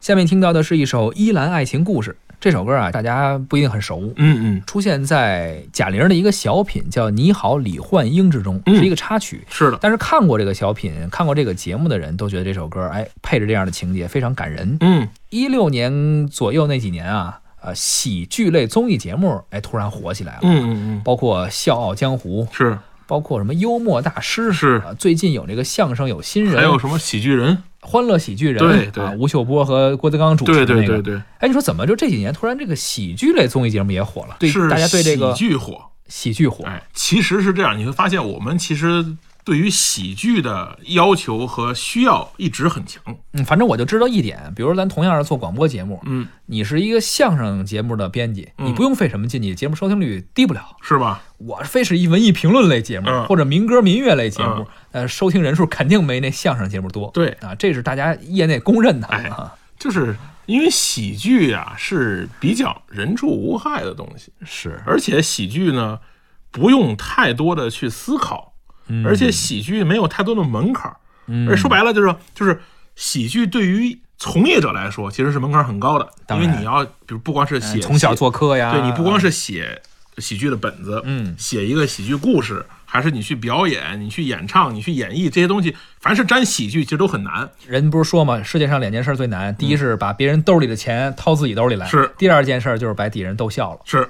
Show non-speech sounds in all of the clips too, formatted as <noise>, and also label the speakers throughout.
Speaker 1: 下面听到的是一首《依兰爱情故事》这首歌啊，大家不一定很熟，
Speaker 2: 嗯嗯，
Speaker 1: 出现在贾玲的一个小品叫《你好，李焕英》之中，
Speaker 2: 嗯
Speaker 1: 是一个插曲。
Speaker 2: 是的，
Speaker 1: 但是看过这个小品、看过这个节目的人都觉得这首歌，哎，配着这样的情节非常感人。
Speaker 2: 嗯
Speaker 1: 一六年左右那几年啊，呃，喜剧类综艺节目哎突然火起来了，
Speaker 2: 嗯嗯嗯，
Speaker 1: 包括《笑傲江湖》，
Speaker 2: 是，
Speaker 1: 包括什么幽默大师
Speaker 2: 是
Speaker 1: 啊，最近有这个相声有新人，
Speaker 2: 还有什么喜剧人？
Speaker 1: 欢乐喜剧人，
Speaker 2: 对对
Speaker 1: 啊，吴秀波和郭德纲主持
Speaker 2: 对
Speaker 1: 的那个。
Speaker 2: 对对对，
Speaker 1: 哎，你说怎么就这几年突然这个喜剧类综艺节目也火了？对，
Speaker 2: 是
Speaker 1: 大家对这个
Speaker 2: 喜剧火。
Speaker 1: 喜剧火，
Speaker 2: 哎，其实是这样，你会发现我们其实对于喜剧的要求和需要一直很强。
Speaker 1: 嗯，反正我就知道一点，比如咱同样是做广播节目，
Speaker 2: 嗯，
Speaker 1: 你是一个相声节目的编辑，
Speaker 2: 嗯
Speaker 1: 你不用费什么劲，你节目收听率低不了。
Speaker 2: 是吧？
Speaker 1: 我非是一文艺评论类节目、
Speaker 2: 嗯
Speaker 1: 或者民歌民乐类节目
Speaker 2: 嗯，
Speaker 1: 呃，收听人数肯定没那相声节目多。
Speaker 2: 对
Speaker 1: 啊，这是大家业内公认的、
Speaker 2: 哎
Speaker 1: 啊。
Speaker 2: 就是因为喜剧啊是比较人畜无害的东西，
Speaker 1: 是，
Speaker 2: 而且喜剧呢不用太多的去思考，
Speaker 1: 嗯
Speaker 2: 而且喜剧没有太多的门槛儿。
Speaker 1: 嗯
Speaker 2: 而说白了就是就是喜剧对于从业者来说其实是门槛很高的，因
Speaker 1: 当
Speaker 2: 为
Speaker 1: 然
Speaker 2: 你要比如不光是
Speaker 1: 哎
Speaker 2: 写
Speaker 1: 从小
Speaker 2: 写
Speaker 1: 做客呀，
Speaker 2: 对你不光
Speaker 1: 是
Speaker 2: 是写喜剧的本子，
Speaker 1: 嗯
Speaker 2: 写一个喜剧故事，还是你去表演、你去演唱、你去演绎这些东西，凡是沾喜剧，其实都很难。
Speaker 1: 人不是说嘛，世界上两件事最难，第一是把别人兜里的钱掏自己兜里来，
Speaker 2: 嗯是
Speaker 1: 第二件事就是把底人逗笑了。
Speaker 2: 是，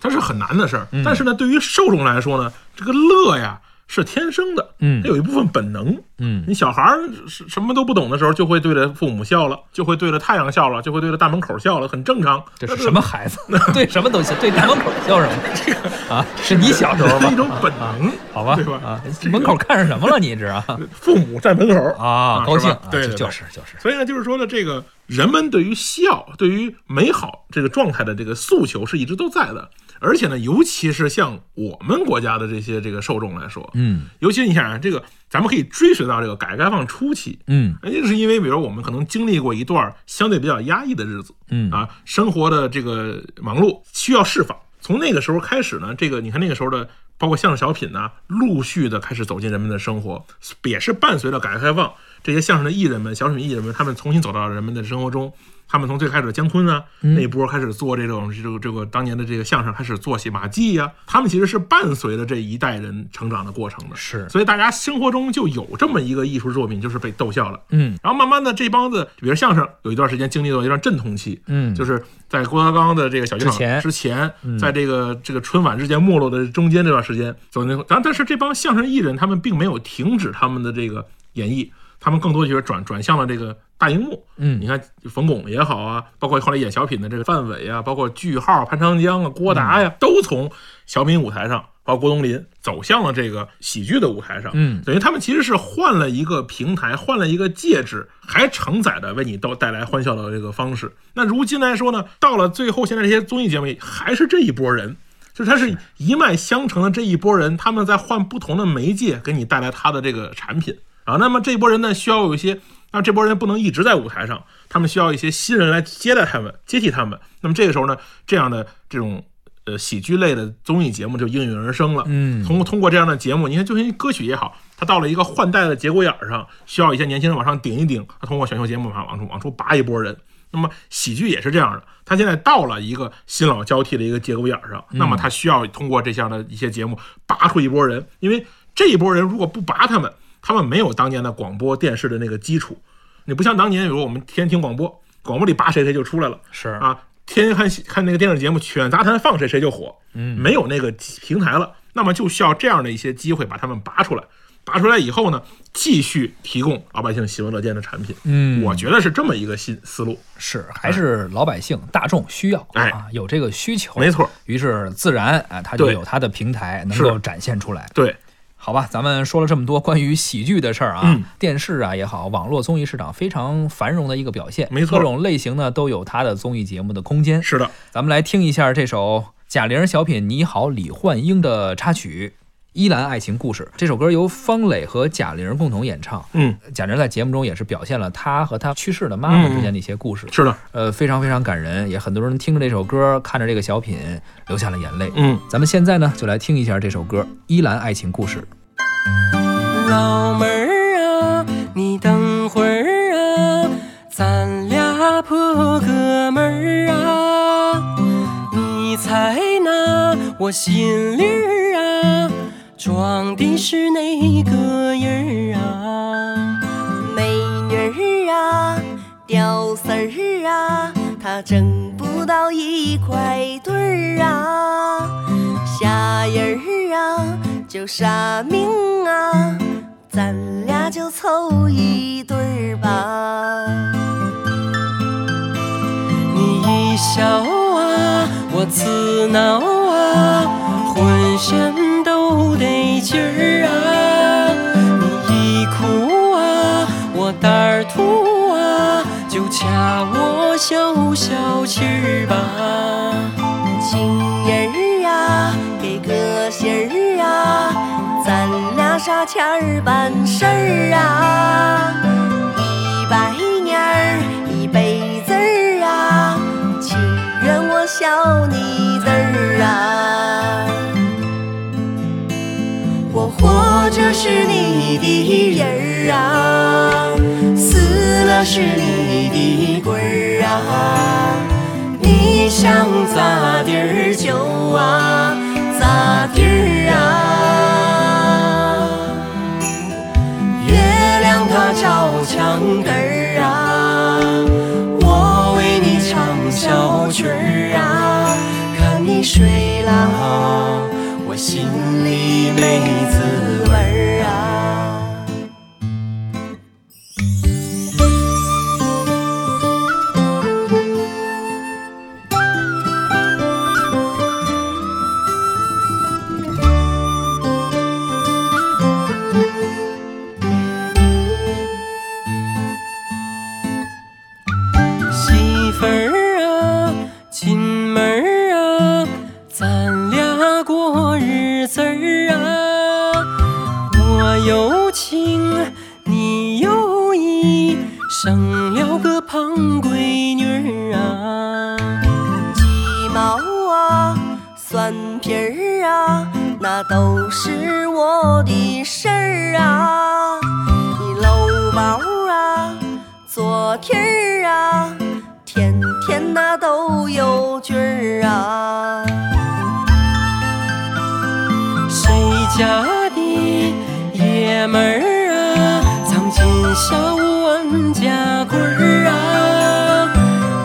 Speaker 2: 它是很难的事儿。
Speaker 1: 嗯
Speaker 2: 但是呢，对于受众来说呢，这个乐呀是天生的，
Speaker 1: 嗯
Speaker 2: 它有一部分本能。
Speaker 1: 嗯，
Speaker 2: 你小孩儿什什么都不懂的时候，就会对着父母笑了，就会对着太阳笑了，就会对着大门口笑了，很正常。
Speaker 1: 这是什么孩子？对什么都行，对大门口笑什
Speaker 2: <laughs>
Speaker 1: 么？这个啊，是你小时候
Speaker 2: 这
Speaker 1: 吗
Speaker 2: 是一？种本能，
Speaker 1: 好吧，
Speaker 2: 对吧？
Speaker 1: 啊
Speaker 2: 这，个
Speaker 1: 门口看上什么了？你这啊
Speaker 2: 父母在门口
Speaker 1: 啊，高
Speaker 2: 是
Speaker 1: 兴
Speaker 2: 吧
Speaker 1: 啊，
Speaker 2: 对
Speaker 1: 就
Speaker 2: 对对
Speaker 1: 就是就是，
Speaker 2: 所以呢，就是说呢，这个人们对于笑、对于美好这个状态的这个诉求是一直都在的，而且呢，尤其是像我们国家的这些这个受众来说，
Speaker 1: 嗯
Speaker 2: 尤其你想啊，这个咱们可以追随到这个改革开放初期，
Speaker 1: 嗯
Speaker 2: 那哎就是因为比如我们可能经历过一段相对比较压抑的日子，
Speaker 1: 嗯
Speaker 2: 啊，生活的这个忙碌需要释放。从那个时候开始呢，这个你看那个时候的，包括相声小品呐、陆续的开始走进人们的生活，也是伴随着改革开放，这些相声的艺人们、小品艺人们，他们重新走到人们的生活中。他们从最开始的姜昆啊、
Speaker 1: 嗯
Speaker 2: 那一波开始做这种这个这个当年的这个相声，开始做戏马季呀、他们其实是伴随着这一代人成长的过程的。
Speaker 1: 是，
Speaker 2: 所以大家生活中就有这么一个艺术作品，就是被逗笑了。
Speaker 1: 嗯
Speaker 2: 然后慢慢的，这帮子，比如啊相声，有一段时间经历了一段阵痛期，
Speaker 1: 嗯，
Speaker 2: 就是是在郭德纲的这个小剧场
Speaker 1: 之前
Speaker 2: 之前
Speaker 1: 嗯，
Speaker 2: 在这个这个春晚日渐没落的中间这段时间，走那，然后但是这帮相声艺人他们并没有停止他们的这个演绎，他们更多就是转转向了这个大荧幕。
Speaker 1: 嗯
Speaker 2: 你看冯巩也好啊，包括后来演小品的这个范伟啊，包括句号、潘长江啊、郭达
Speaker 1: 嗯
Speaker 2: 呀、都从小品舞台上，包括郭冬临走向了这个喜剧的舞台上。
Speaker 1: 嗯
Speaker 2: 等于他们其实是换了一个平台，换了一个介质，还承载的为你都带来欢笑的这个方式。那如今来说呢，到了最后，现在这些综艺节目还是这一波人，就是他是一脉相承的这一波人，他们在换不同的媒介给你带来他的这个产品啊。那么这波人呢，需要有一些，那这波人不能一直在舞台上，他们需要一些新人来接待他们，接替他们。那么这个时候呢，这样的这种呃喜剧类的综艺节目就应运而生了。
Speaker 1: 嗯
Speaker 2: 通通过这样的节目，你看，就像歌曲也好，它到了一个换代的节骨眼儿上，需要一些年轻人往上顶一顶，它通过选秀节目啊往往出往出拔一波人。那么喜剧也是这样的，它现在到了一个新老交替的一个节骨眼儿上，那么它需要通过这项的一些节目拔出一波人，因为这一波人如果不拔他们，他们没有当年的广播电视的那个基础。你不像当年，比如我们天天听广播，广播里拔谁谁就出来了，
Speaker 1: 是
Speaker 2: 啊，天天看戏看那个电视节目《曲苑杂谈》放谁谁就火，
Speaker 1: 嗯
Speaker 2: 没有那个平台了，那么就需要这样的一些机会把他们拔出来，拔出来以后呢，继续提供老百姓喜闻乐见的产品。
Speaker 1: 嗯，
Speaker 2: 我觉得是这么一个新思路，
Speaker 1: 是还是老百姓大众需要
Speaker 2: 哎
Speaker 1: 啊，有这个需求，
Speaker 2: 没错，
Speaker 1: 于是自然啊，它就
Speaker 2: 对
Speaker 1: 有它的平台能
Speaker 2: 是
Speaker 1: 够展现出来。
Speaker 2: 对，
Speaker 1: 好吧，咱们说了这么多关于喜剧的事儿啊，
Speaker 2: 嗯
Speaker 1: 电视啊也好，网络综艺市场非常繁荣的一个表现，
Speaker 2: 没错
Speaker 1: 各种类型呢都有它的综艺节目的空间。
Speaker 2: 是的，
Speaker 1: 咱们来听一下这首贾玲小品《你好，李焕英》的插曲《依兰爱情故事》。这首歌由方磊和贾玲共同演唱。
Speaker 2: 嗯，
Speaker 1: 贾玲在节目中也是表现了她和她去世的妈妈之间的一些故事，
Speaker 2: 是的，
Speaker 1: 呃，非常非常感人，也很多人听着这首歌，看着这个小品流下了眼泪。
Speaker 2: 嗯。
Speaker 1: 咱们现在呢，就来听一下这首歌《依兰爱情故事》。
Speaker 3: 老妹儿啊，你等会儿啊，咱俩不啊我心里儿啊，装的是哪个人儿啊？
Speaker 4: 美女儿啊，屌丝儿啊，他挣不到一块堆儿啊。虾仁儿啊，就傻命啊，咱俩就凑一对儿吧。
Speaker 3: 你一笑啊，我刺挠啊，浑身都得劲儿啊。你一哭啊，我胆儿突啊，就掐我消消气儿吧。
Speaker 4: 情人儿啊，给个信儿啊，咱俩啥钱儿办事儿啊？一百年儿一辈子儿啊，情愿我笑你字儿啊。我活着是你的人儿啊，死了是你的鬼儿啊。你想咋地儿就啊，咋地儿啊。月亮它照墙根儿啊，我为你唱小曲儿啊，看你睡啦，我心里没滋味儿啊。
Speaker 3: 媳妇儿啊，亲门儿啊，咱俩过日子儿啊。我有情，你有意，生了个胖闺女儿啊。
Speaker 4: 鸡毛啊，蒜皮儿啊，那都是我的事儿啊。你搂包啊，左蹄儿啊，天天那都有句儿啊。
Speaker 3: 谁家的爷们儿啊，藏进下万家棍儿啊，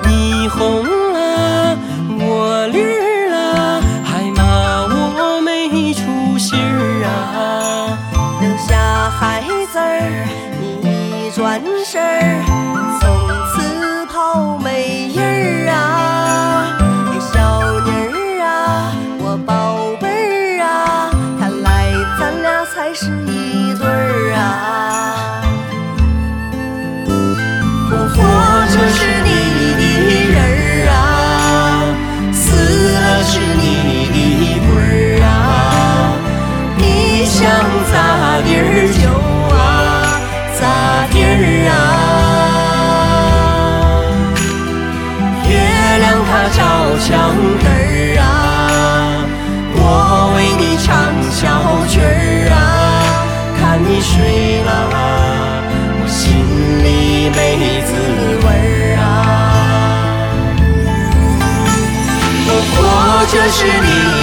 Speaker 3: 你红了，我绿儿了，还骂我没出息儿啊。
Speaker 4: 留下孩子儿，你一转身儿，从此跑没影儿啊！哎小妮儿啊，我宝贝儿啊，看来咱俩才是一对儿啊！我活着是你的人儿啊，死了是你的鬼儿啊！你想咋地儿就啊，咋地儿啊。月亮它照墙根儿啊，我为你唱小曲儿啊，看你睡了，我心里没滋味儿啊。我活着是你啊啊啊啊啊啊啊啊